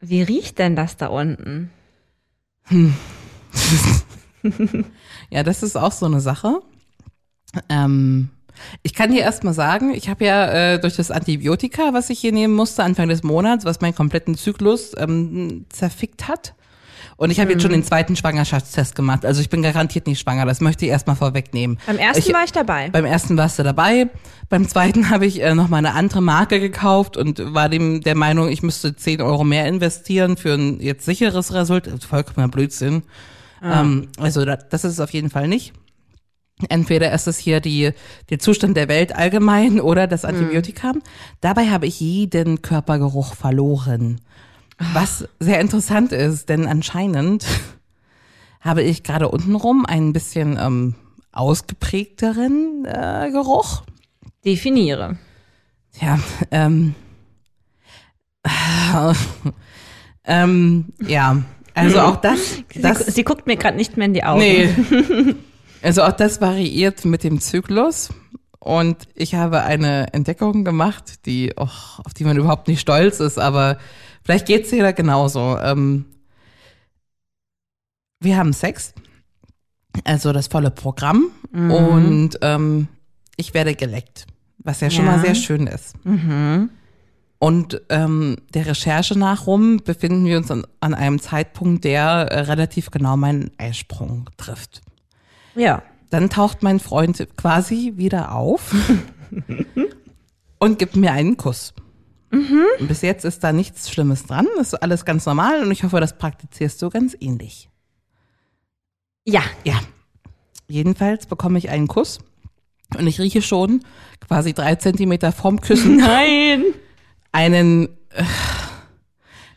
Wie riecht denn das da unten?
Ja, das ist auch so eine Sache. Ähm, ich kann dir erstmal sagen, ich habe ja äh, durch das Antibiotika, was ich hier nehmen musste Anfang des Monats, was meinen kompletten Zyklus ähm, zerfickt hat. Und ich habe jetzt schon
Mhm.
den zweiten Schwangerschaftstest gemacht. Also ich bin garantiert nicht schwanger, das möchte ich erstmal vorwegnehmen.
Beim ersten
ich,
war ich dabei.
beim ersten warst du dabei, beim zweiten habe ich äh, nochmal eine andere Marke gekauft und war dem der Meinung, ich müsste 10 Euro mehr investieren für ein jetzt sicheres Resultat. Vollkommener Blödsinn. Ähm, also da, das ist es auf jeden Fall nicht. Entweder ist es hier die, der Zustand der Welt allgemein <laughs> oder das Antibiotika. Dabei habe ich jeden Körpergeruch verloren. Was sehr interessant ist, denn anscheinend habe ich gerade untenrum einen bisschen ähm, ausgeprägteren äh, Geruch.
Definiere.
Ja, ähm, <laughs> ähm, ja, also auch das,
Sie,
das
sie guckt mir gerade nicht mehr in die Augen.
Nee. <laughs> Also auch das variiert mit dem Zyklus. Und ich habe eine Entdeckung gemacht, die, och, auf die man überhaupt nicht stolz ist, aber vielleicht geht's dir da genauso. Ähm, wir haben Sex, also das volle Programm. Und ähm, ich werde geleckt, was ja schon
Ja.
mal sehr schön ist. Und ähm, der Recherche nach rum befinden wir uns an, an einem Zeitpunkt, der äh, relativ genau meinen Eisprung trifft.
Ja.
Dann taucht mein Freund quasi wieder
<laughs>
auf und gibt mir einen Kuss.
Mhm.
Und Bis jetzt ist da nichts Schlimmes dran, ist alles ganz normal und ich hoffe, das praktizierst du ganz ähnlich.
Ja.
Ja. Jedenfalls bekomme ich einen Kuss und ich rieche schon quasi drei Zentimeter vorm Küssen
Nein.
einen äh,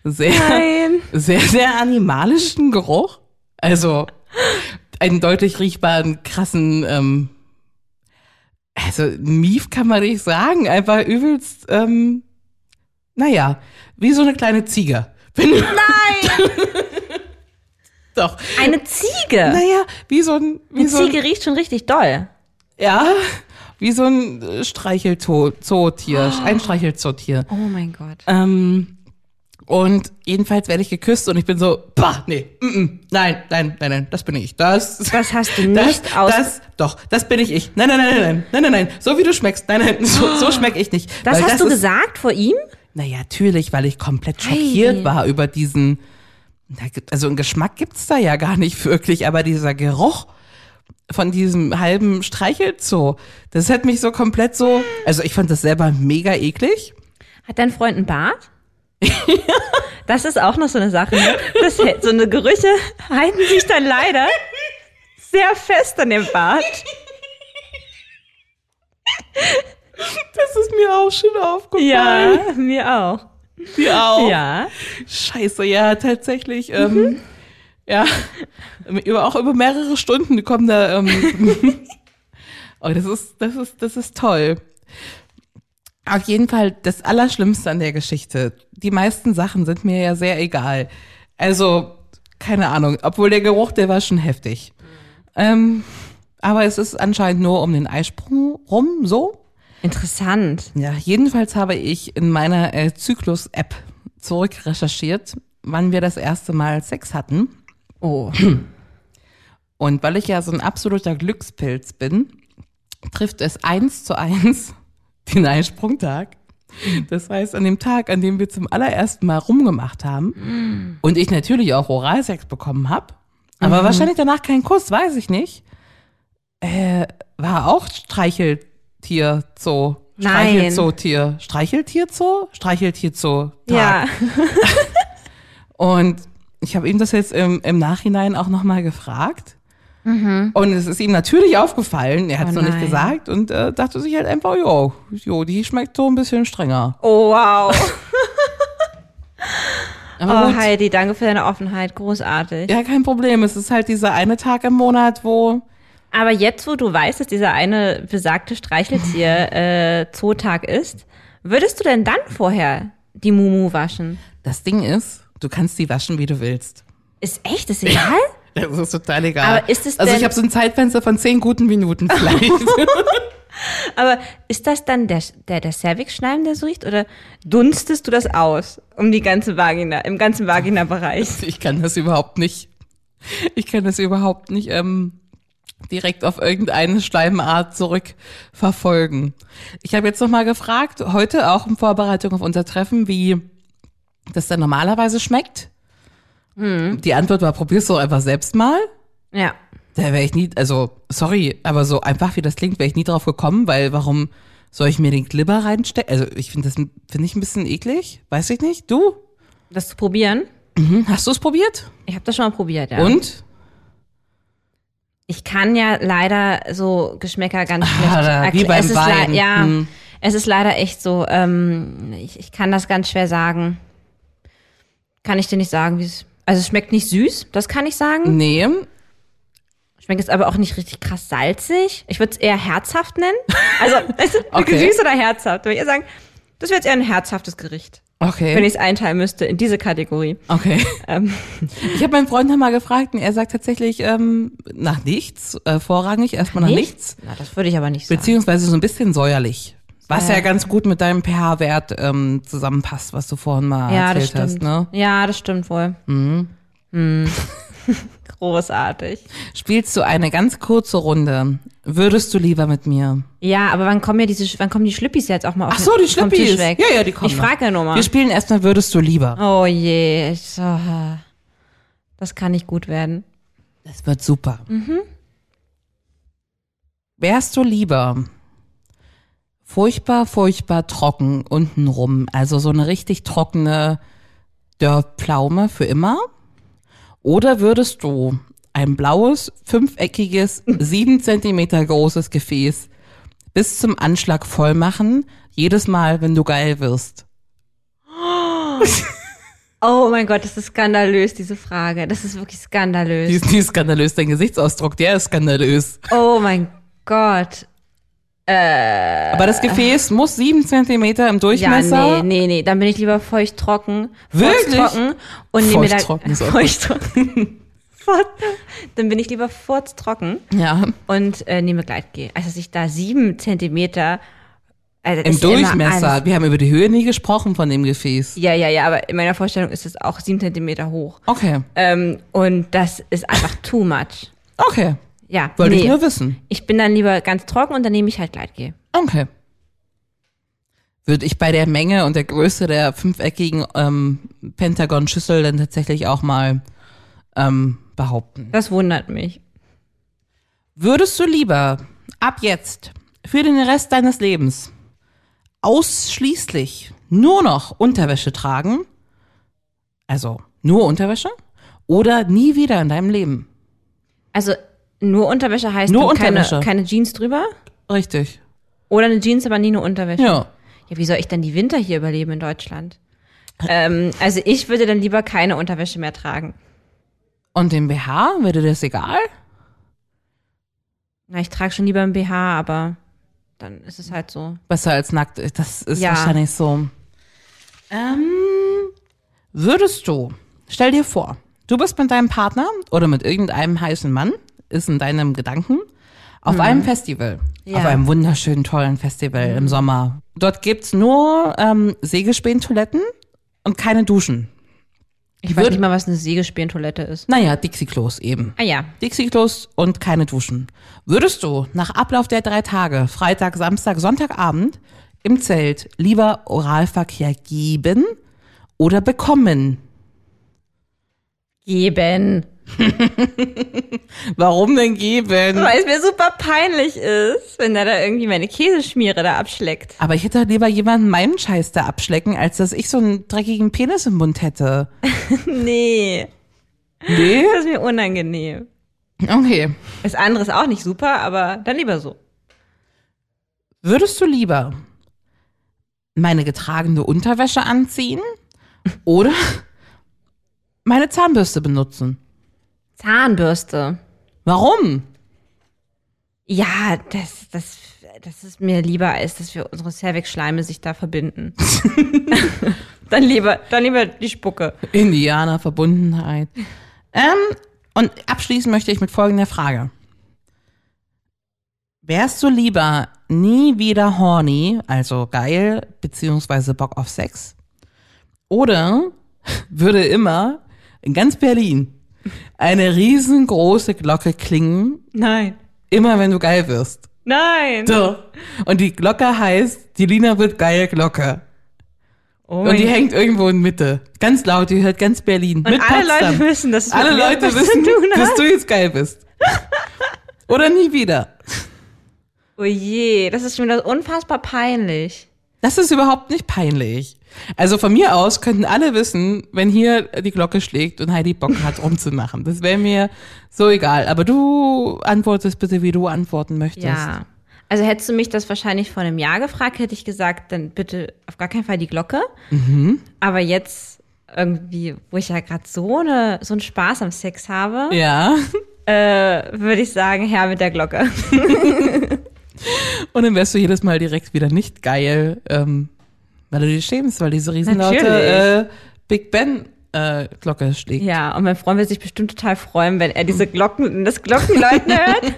sehr,
Nein.
sehr, sehr animalischen Geruch. Also einen deutlich riechbaren, krassen, ähm, also Mief kann man nicht sagen, einfach übelst, ähm, naja, wie so eine kleine Ziege. Wenn du,
Nein.
<laughs> Doch.
Eine Ziege.
Naja, wie so ein, wie
Eine
so ein,
Ziege riecht schon richtig doll.
ja, wie so ein äh, Streichelzootier,
Ah.
ein Streichelzootier.
Oh mein Gott.
Ähm, und jedenfalls werde ich geküsst und ich bin so, bah, nee, mm, mm, nein, nein, nein, nein, das bin ich. Das,
Das hast du nicht aus-
Das, doch, das bin ich ich. Nein, nein, nein, nein, nein, nein, nein, so wie du schmeckst. Nein, nein, <laughs> so, so schmeck ich nicht.
Ah. Das
Weil
hast du
ist-
gesagt vor ihm?
Naja, natürlich, weil ich komplett schockiert
Ei.
war über diesen, na, gibt- also einen Geschmack gibt's da ja gar nicht <laughs> wirklich, aber dieser Geruch von diesem halben Streichelzoo, das hat mich so komplett so, also ich fand das selber mega eklig.
Hat dein Freund einen <laughs> Bart? das ist auch noch so eine Sache. Ne? Das, hält- so eine Gerüche halten sich dann leider sehr fest an dem Bart.
Das ist mir auch schon aufgefallen.
Ja, mir auch.
Mir auch.
Ja.
Scheiße, ja, tatsächlich. Ähm, ja, über, auch über mehrere Stunden kommen da. Ähm, oh, das ist, das ist, das ist toll. Auf jeden Fall das Allerschlimmste an der Geschichte. Die meisten Sachen sind mir ja sehr egal. Also, keine Ahnung. Obwohl der Geruch, der war schon heftig. Ähm, aber es ist anscheinend nur um den Eisprung rum, so.
Interessant.
Ja, jedenfalls habe ich in meiner äh, Zyklus-App zurückrecherchiert, wann wir das erste Mal Sex hatten.
Oh.
<clears throat> Und weil ich ja so ein absoluter Glückspilz bin, trifft es eins zu eins <laughs> den Einsprungtag. Das heißt, an dem Tag, an dem wir zum allerersten Mal rumgemacht haben
Mm.
und ich natürlich auch Oralsex bekommen habe, aber
Mhm.
wahrscheinlich danach keinen Kuss, weiß ich nicht, äh, war auch Streicheltier Zoo.
Nein.
Streichelzootier. Streicheltier Zoo? Streicheltier Zoo.
Ja.
Und ich habe ihm das jetzt im, im Nachhinein auch nochmal gefragt. Und es ist ihm natürlich aufgefallen, er hat es
Mhm. Oh
noch nicht
nein.
gesagt und äh, dachte sich halt einfach, jo, jo, die schmeckt so ein bisschen strenger.
Oh, <laughs> wow.
Aber
Oh,
gut,
Heidi, danke für deine Offenheit. Großartig.
ja, kein Problem. Es ist halt dieser eine Tag im Monat, wo
Aber jetzt, wo du weißt, dass dieser eine besagte <laughs> Streicheltier-Zootag ist, würdest du denn dann vorher die Mumu waschen?
das Ding ist, du kannst die waschen, wie du willst.
Ist echt, ist egal?
Das ist total egal.
Aber ist es
also ich
denn-
habe so ein Zeitfenster von zehn guten
<laughs>
Minuten vielleicht.
<laughs> Aber ist das dann der, der, der Cervix-Schleim, der so riecht? Oder dunstest du das aus? Um die ganze Vagina, im ganzen Vagina-Bereich?
<laughs> ich kann das überhaupt nicht. Ich kann das überhaupt nicht ähm, direkt auf irgendeine Schleimart zurückverfolgen. Ich habe jetzt nochmal gefragt, heute auch in Vorbereitung auf unser Treffen, wie das dann normalerweise schmeckt. Die Antwort war, probier's doch einfach selbst mal.
Ja.
Da wäre ich nie, also sorry, aber so einfach wie das klingt, wäre ich nie drauf gekommen, weil warum soll ich mir den Glibber reinstecken? Also ich finde das finde ich ein bisschen eklig, weiß ich nicht. Du,
Das zu probieren?
Hm, hast du es probiert?
Ich habe das schon mal probiert, ja.
Und?
Ich kann ja leider so Geschmäcker ganz schlecht
da, wie
erkl-
beim
es ist lei-
Wein.
Ja,
Hm.
es ist leider echt so. Ähm, ich, ich kann das ganz schwer sagen. Kann ich dir nicht sagen, wie es. Also es schmeckt nicht süß, das kann ich sagen.
Nee,
Schmeckt es aber auch nicht richtig krass salzig. Ich würde es eher herzhaft nennen. Also weißt du,
Okay.
süß oder herzhaft. Würde ich eher sagen, das wäre jetzt eher ein herzhaftes Gericht,
Okay.
wenn ich Ähm, es einteilen müsste in diese Kategorie. <laughs>
okay. Ich habe meinen Freund nochmal gefragt und er sagt tatsächlich ähm, nach nichts, äh, vorrangig erstmal nach nichts,
Na, das würde ich aber nicht sagen.
beziehungsweise so ein bisschen säuerlich. Was ja ganz gut mit deinem pH-Wert ähm, zusammenpasst, was du vorhin mal
Ja, das
erzählt
stimmt.
hast. Ne? Mhm.
Ja, das stimmt wohl.
<laughs>
Hm. Großartig.
Spielst du eine ganz kurze Runde, würdest du lieber mit mir?
Ja, aber wann kommen ja diese, Sch- wann kommen die Schlüppis jetzt auch mal auf
Ach so,
den-
die
vom
Schlippi
Tisch
ist.
weg?
Ja, ja, die kommen.
Ich
noch.
frage ja nur mal.
Wir spielen erstmal würdest du lieber.
Oh je, ich so, äh, das kann nicht gut werden.
Das wird super.
Mhm.
Wärst du lieber furchtbar, furchtbar trocken untenrum, also so eine richtig trockene Dörrpflaume für immer? Oder würdest du ein blaues, fünfeckiges,
<laughs>
sieben Zentimeter großes Gefäß bis zum Anschlag voll machen, jedes Mal, wenn du geil wirst?
Oh mein Gott, das ist skandalös, diese Frage. Das ist wirklich skandalös.
Die ist, die ist skandalös, dein Gesichtsausdruck, der ist skandalös.
oh mein Gott.
Aber das Gefäß muss sieben Zentimeter im
Äh. Ja,
Durchmesser.
nee, nee, nee. Dann bin ich lieber feucht trocken.
Wirklich?
Trocken und nehme mir da
Feuchttrocken ist auch gut.
<laughs> feucht trocken. What? Dann bin ich lieber furztrocken
Ja.
und äh, nehme Gleitgel. Also, dass ich da sieben Zentimeter. Also das
Im
ist ja immer
Durchmesser.
alles-
Wir haben über die Höhe nie gesprochen von dem Gefäß.
Ja, ja, ja, aber in meiner Vorstellung ist es auch sieben Zentimeter hoch.
Okay.
Ähm, und das ist einfach <laughs> too much.
Okay.
Ja,
Wollte ich
nee.
nur wissen.
Ich bin dann lieber ganz trocken und dann nehme ich halt Gleitgel.
Okay. Würde ich bei der Menge und der Größe der fünfeckigen ähm, Pentagon-Schüssel dann tatsächlich auch mal ähm, behaupten.
Das wundert mich.
Würdest du lieber ab jetzt für den Rest deines Lebens ausschließlich nur noch Unterwäsche tragen? Also nur Unterwäsche? Oder nie wieder in deinem Leben?
Also nur Unterwäsche heißt
Nur
dann keine,
Unterwäsche.
keine Jeans drüber?
Richtig.
Oder eine Jeans, aber nie eine Unterwäsche?
Ja.
Ja, wie soll ich dann die Winter hier überleben in Deutschland? Ähm, also ich würde dann lieber keine Unterwäsche mehr tragen.
Und den BH, wäre dir das egal?
Na, ich trage schon lieber ein BH, aber dann ist es halt so.
Besser als nackt. Das ist
Ja.
wahrscheinlich so. Ähm, würdest du, stell dir vor, du bist mit deinem Partner oder mit irgendeinem heißen Mann, ist in deinem Gedanken, auf einem Festival.
Mhm. Ja. Mhm.
Auf einem wunderschönen, tollen Festival im Sommer. Dort gibt's nur ähm, Sägespänen-Toiletten und keine Duschen.
Ich weiß
Würd-
nicht mal, was eine Sägespänen-Toilette ist.
Naja, Dixie-Klos eben.
Ah ja,
Dixie-Klos und keine Duschen. Würdest du nach Ablauf der drei Tage, Freitag, Samstag, Sonntagabend, im Zelt lieber Oralverkehr geben oder bekommen?
geben.
Warum denn geben?
Weil es mir super peinlich ist, wenn er da irgendwie meine Käseschmiere da abschleckt. <laughs>
Aber ich hätte doch lieber jemanden meinen Scheiß da abschlecken, als dass ich so einen dreckigen Penis im Mund hätte.
Nee,
Nee?
das ist mir unangenehm.
Okay.
Das andere ist auch nicht super, aber dann lieber so.
Würdest du lieber meine getragene Unterwäsche anziehen oder meine Zahnbürste benutzen?
Zahnbürste.
Warum?
Ja, das, das, das ist mir lieber, als dass wir unsere Cervix-Schleime sich
<laughs>
da verbinden. <laughs> dann lieber, dann lieber die Spucke.
Indianer Verbundenheit. Ähm, und abschließen möchte ich mit folgender Frage. Wärst du lieber nie wieder horny, also geil, beziehungsweise Bock auf Sex? Oder <laughs> würde immer in ganz Berlin eine riesengroße Glocke klingen,
Nein.
immer wenn du geil wirst?
Nein.
So. Und die Glocke heißt, die Lina wird geil Glocke.
Oh
Und die
mein-
hängt irgendwo in Mitte. Ganz laut, die hört ganz Berlin.
Und
mit
alle
Potsdam.
Leute wissen, dass es mit
Alle
mir
Leute
was zu
wissen,
tun
dass
hat.
du jetzt geil bist. Oder nie wieder.
Oh je, das ist schon wieder unfassbar peinlich.
Das ist überhaupt nicht peinlich. Also von mir aus könnten alle wissen, wenn hier die Glocke schlägt und Heidi Bock hat, rumzumachen. Das wäre mir so egal. Aber du antwortest bitte, wie du antworten möchtest.
Ja. Also hättest du mich das wahrscheinlich vor einem Jahr gefragt, hätte ich gesagt, dann bitte auf gar keinen Fall die Glocke. Aber jetzt irgendwie, wo ich ja gerade so, eine, so einen Spaß am Sex habe,
Ja.
äh, würde ich sagen, Herr mit der Glocke.
Und dann wärst du jedes Mal direkt wieder nicht geil, ähm, weil du dich schämst, weil diese riesenlaute äh,
Natürlich.
Big Ben äh, Glocke schlägt.
<laughs> Ja, und mein Freund wird sich bestimmt total freuen, wenn er diese Glocken, das Glockenläuten <laughs> hört.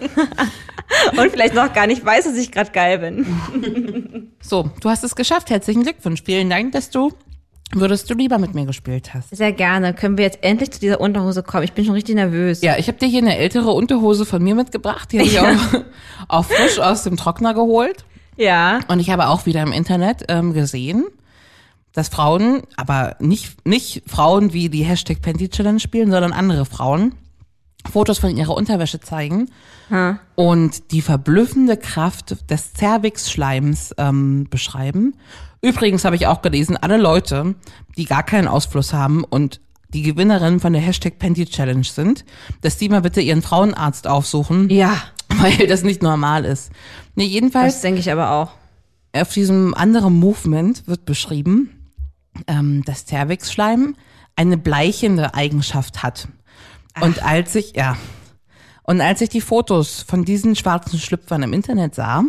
und vielleicht noch gar nicht weiß, dass ich gerade geil bin.
So, du hast es geschafft. Herzlichen Glückwunsch. Vielen Dank, dass du würdest du lieber mit mir gespielt hast.
Sehr gerne. Können wir jetzt endlich zu dieser Unterhose kommen? Ich bin schon richtig nervös.
Ja, ich habe dir hier eine ältere Unterhose von mir mitgebracht. Die habe ich auch, auch frisch aus dem Trockner geholt.
Ja.
Und ich habe auch wieder im Internet ähm, gesehen, dass Frauen, aber nicht, nicht Frauen, wie die Hashtag Panty Challenge spielen, sondern andere Frauen, Fotos von ihrer Unterwäsche zeigen und die verblüffende Kraft des Cervix-Schleims ähm, beschreiben. Übrigens habe ich auch gelesen, alle Leute, die gar keinen Ausfluss haben und die Gewinnerin von der Hashtag Panty Challenge sind, dass die mal bitte ihren Frauenarzt aufsuchen,
Ja.
<laughs> weil das nicht normal ist. Nee, jedenfalls
Das denke ich aber auch.
auf diesem anderen Movement wird beschrieben, ähm, dass Cervixschleim eine bleichende Eigenschaft hat. Und als ich, ja, und als ich die Fotos von diesen schwarzen Schlüpfern im Internet sah,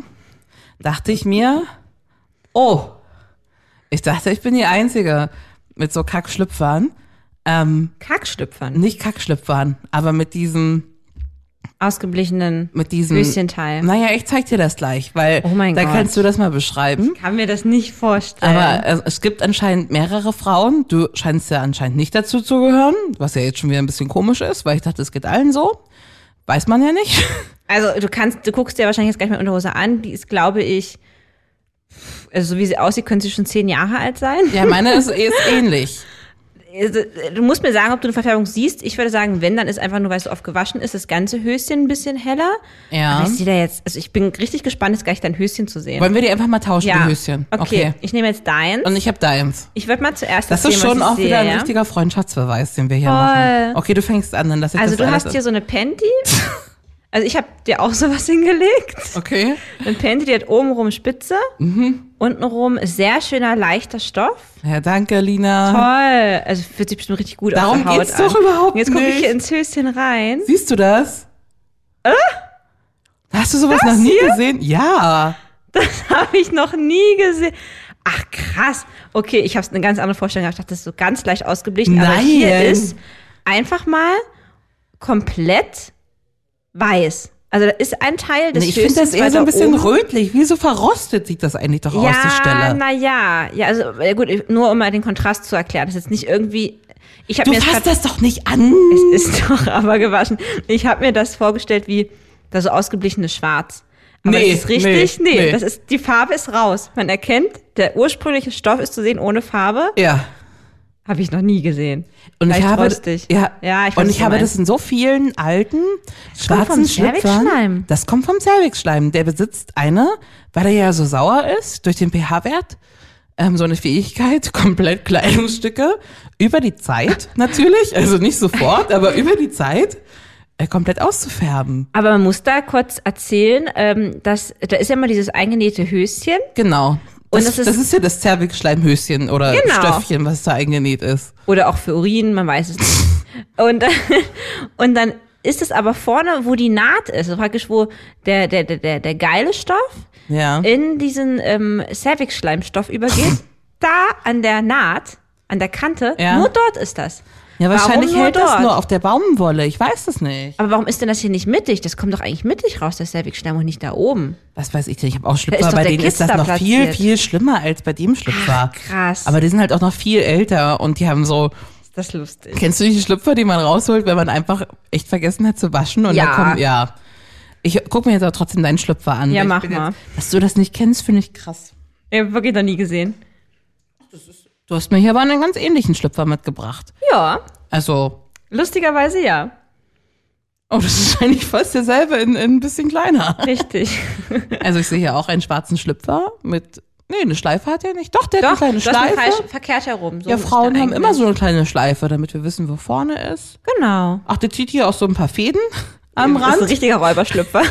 dachte ich mir, oh, ich dachte, ich bin die Einzige mit so Kackschlüpfern. Ähm,
Kackschlüpfern.
nicht Kackschlüpfern, aber mit diesem,
Ausgeblichenen
mit diesem.
Höschenteil.
Naja, ich zeig dir das gleich, weil
Oh mein
da
Gott.
kannst du das mal beschreiben.
Kann mir das nicht vorstellen.
Aber äh, es gibt anscheinend mehrere Frauen. Du scheinst ja anscheinend nicht dazu zu gehören, was ja jetzt schon wieder ein bisschen komisch ist, weil ich dachte, es geht allen so. Weiß man ja nicht.
also du kannst, du guckst dir wahrscheinlich jetzt gleich meine Unterhose an. Die ist, glaube ich, also so wie sie aussieht, könnte sie schon zehn Jahre alt sein.
Ja, meine ist, ist <laughs> ähnlich.
Also, Du musst mir sagen, ob du eine Verfärbung siehst. Ich würde sagen, wenn, dann ist einfach nur, weil es so oft gewaschen ist, das ganze Höschen ein bisschen heller.
Ja.
Aber ich sehe da jetzt, also ich bin richtig gespannt, jetzt gleich dein Höschen zu sehen.
Wollen wir die einfach mal tauschen, die Höschen?
Okay. ich nehme jetzt deins.
Und ich habe deins.
ich würde mal zuerst
Das
sehen,
ist
was
schon
ich
auch
sehe,
wieder ein
ja?
richtiger Freundschaftsbeweis, den wir hier
Voll.
machen. Okay, du fängst an, dann lass ich
Also
das
du
alles
hast hier so
<laughs>
eine Panty. also ich habe dir auch sowas hingelegt.
Okay.
Eine Panty, die hat obenrum Spitze,
Mhm.
untenrum sehr schöner, leichter Stoff.
Ja, danke, Lina.
Toll. Also fühlt sich bestimmt richtig gut
Ah. Darum
auf der Haut
geht's
an.
doch überhaupt
Jetzt gucke ich
nicht.
hier ins Höschen rein.
Siehst du das? Hast du sowas
Äh? Das
noch nie
hier?
gesehen? Ja.
<laughs> Das habe ich noch nie gesehen. Ach krass. Okay, ich habe eine ganz andere Vorstellung gehabt. Ich dachte, das ist so ganz leicht ausgeblichen. Aber
Nein.
hier ist einfach mal komplett weiß. Also da ist ein Teil des
Nee, ich finde das
Höschens
eher so ein
weiter
bisschen
oben.
rötlich. Wie so verrostet sieht das eigentlich doch aus, die
Ja,
Stelle.
naja. Ja, also ja gut, ich- nur um mal den Kontrast zu erklären. Das ist jetzt nicht irgendwie. Ich habe
Du
mir
fasst
grad-
das doch nicht an.
Es ist <laughs> doch aber gewaschen. Ich habe mir das vorgestellt wie das so ausgeblichene Schwarz. Aber
Nee,
das ist richtig.
nee,
Nee,
nee.
Das ist, die Farbe ist raus. Man erkennt, der ursprüngliche Stoff ist zu sehen ohne Farbe.
Ja.
Habe ich noch nie gesehen.
Und ich
Leicht
habe,
rostig.
ja,
ja, ich weiß,
und
was
ich
du
habe das
meinst.
in so vielen alten schwarzen
vom
Schlüpfern.
Zervixschleim.
Das kommt vom Zervixschleim. Der besitzt eine, weil er ja so sauer ist durch den pH-Wert, ähm, so eine Fähigkeit, <laughs> komplett Kleidungsstücke über die Zeit natürlich, also nicht sofort, aber über die Zeit äh, komplett auszufärben.
Aber man muss da kurz erzählen, ähm, dass da ist ja immer dieses eingenähte Höschen.
Genau. Das,
Und
das,
das
ist,
ist-
ja das Zervixschleimhöschen oder
Genau.
Stöffchen, was da eingenäht ist.
Oder auch für Urin, man weiß es
<laughs>
nicht. Und, und dann ist es aber vorne, wo die Naht ist, also praktisch wo der, der, der, der, der geile Stoff
Ja.
in diesen ähm, Cervix-Schleimstoff <laughs> übergeht, da an der Naht, an der Kante,
Ja.
nur dort ist das.
Ja,
Warum
wahrscheinlich
nur
hält das
dort?
nur auf der Baumwolle. Ich weiß es nicht.
Aber warum ist denn das hier nicht mittig? Das kommt doch eigentlich mittig raus, der Cervix-Schleim und nicht da oben.
Was weiß ich denn? Ich habe auch
Da
Schlüpfer,
ist doch
bei
der
denen
Kids
ist das
da
noch viel,
platziert.
viel schlimmer als bei dem Schlüpfer.
krass.
Aber die sind halt auch noch viel älter und die haben so,
Ist das lustig?
kennst du die Schlüpfer, die man rausholt, wenn man einfach echt vergessen hat zu waschen und
Ja.
dann kommt, ja. Ich guck mir jetzt aber trotzdem deinen Schlüpfer an.
Ja,
weil ich
mach
bin
mal.
Jetzt, dass du das nicht kennst, finde ich krass.
Ich habe wirklich noch nie gesehen.
Du hast mir hier aber einen ganz ähnlichen Schlüpfer mitgebracht.
Ja,
Also,
lustigerweise ja.
oh, das ist eigentlich fast derselbe in, in ein bisschen kleiner.
<laughs> Richtig.
Also ich sehe hier auch einen schwarzen Schlüpfer mit, nee, eine Schleife hat er nicht. Doch, der
doch,
hat eine kleine
du hast
Schleife.
mir falsch verkehrt herum. So
Ja,
muss ich
Frauen
da
haben
eigentlich-
immer so eine kleine Schleife, damit wir wissen, wo vorne ist.
Genau.
Ach, der zieht hier auch so ein paar Fäden am
Das ist ein
Rand.
richtiger <laughs> Räuberschlüpfer.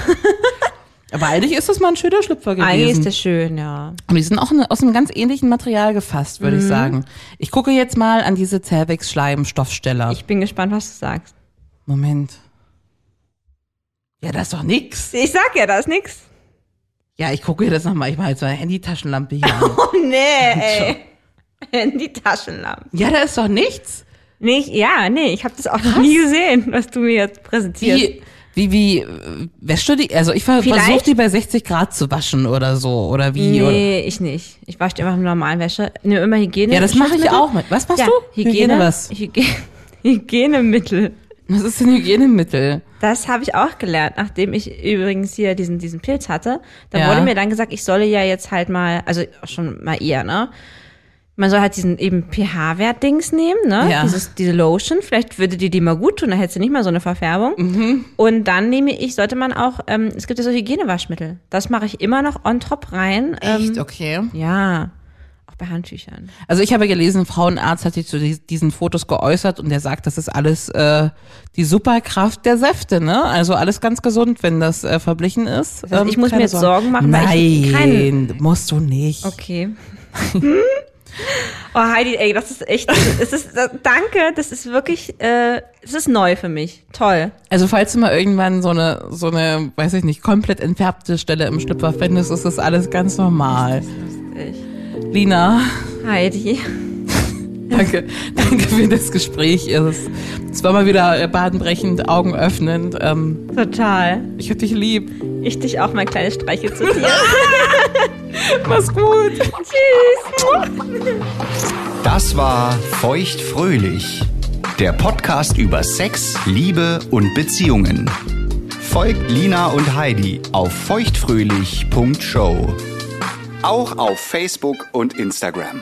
Aber eigentlich ist das mal ein schöner Schlüpfer
Eigentlich ist
gewesen.
der schön, ja.
Und die sind auch ne- aus einem ganz ähnlichen Material gefasst, würde ich sagen. Ich gucke jetzt mal an diese Cervix-Schleim-Stoffstelle.
Ich bin gespannt, was du sagst.
Moment. Ja, das ist doch nix.
Ich sag ja, da ist nix.
Ja, ich gucke hier das nochmal. Ich mache jetzt meine Handytaschenlampe hier <laughs> an.
Oh nee, <laughs> ey. In die Taschenlampe.
Ja, da ist doch nichts.
Nee, ich, ja, nee, ich habe das auch noch nie gesehen, was du mir jetzt präsentierst.
Wie, wie, wie, äh, wäschst du die? Also ich ver
Vielleicht-
versuche die bei 60 Grad zu waschen oder so. Oder wie? Oder
Nee, ich nicht. Ich wasche die einfach mit normalen Wäsche. Nehme immer Hygiene.
Ja, das mache ich
Schutzmittel.
auch mit. Was machst
ja,
du?
Hygiene,
Hygiene was?
Hygie- <laughs> Hygienemittel.
Das ist ein Hygienemittel.
Das habe ich auch gelernt, nachdem ich übrigens hier diesen, diesen Pilz hatte. Da
Ja.
wurde mir dann gesagt, ich solle ja jetzt halt mal, also schon mal eher, ne? Man soll halt diesen eben pH-Wert-Dings nehmen, ne?
Ja.
Dieses, diese Lotion. Vielleicht würde die dir mal gut tun, dann hättest du nicht mal so eine Verfärbung.
Mhm.
Und dann nehme ich, sollte man auch, ähm, es gibt ja so Hygienewaschmittel. Das mache ich immer noch on top rein. Ähm,
Okay.
Ja. Auch bei Handtüchern.
Also ich habe gelesen, ein Frauenarzt hat sich zu dies- diesen Fotos geäußert und der sagt, das ist alles äh, die Superkraft der Säfte, ne? Also alles ganz gesund, wenn das äh, verblichen ist. Ähm,
heißt, ich muss mir
keine
jetzt Sorgen machen, weil ich
Nein, musst du nicht.
Okay. <laughs> oh, Heidi, ey, das ist echt. Das ist, das, danke, das ist wirklich. Äh, das ist neu für mich. Toll.
Also falls du mal irgendwann so eine, so eine, weiß ich nicht, komplett entfärbte Stelle im Schlüpfer findest, ist das alles ganz normal.
Ich.
Lina,
Heidi.
<laughs> Danke, danke für das Gespräch. Es, es war mal wieder äh, bahnbrechend, augenöffnend. Ähm,
Total.
ich hab dich lieb.
Ich dich auch, mein kleines Streichel zu dir.
<laughs> Mach's gut.
Tschüss.
Das war Feuchtfröhlich, der Podcast über Sex, Liebe und Beziehungen. Folgt Lina und Heidi auf feuchtfröhlich.show. Auch auf Facebook und Instagram.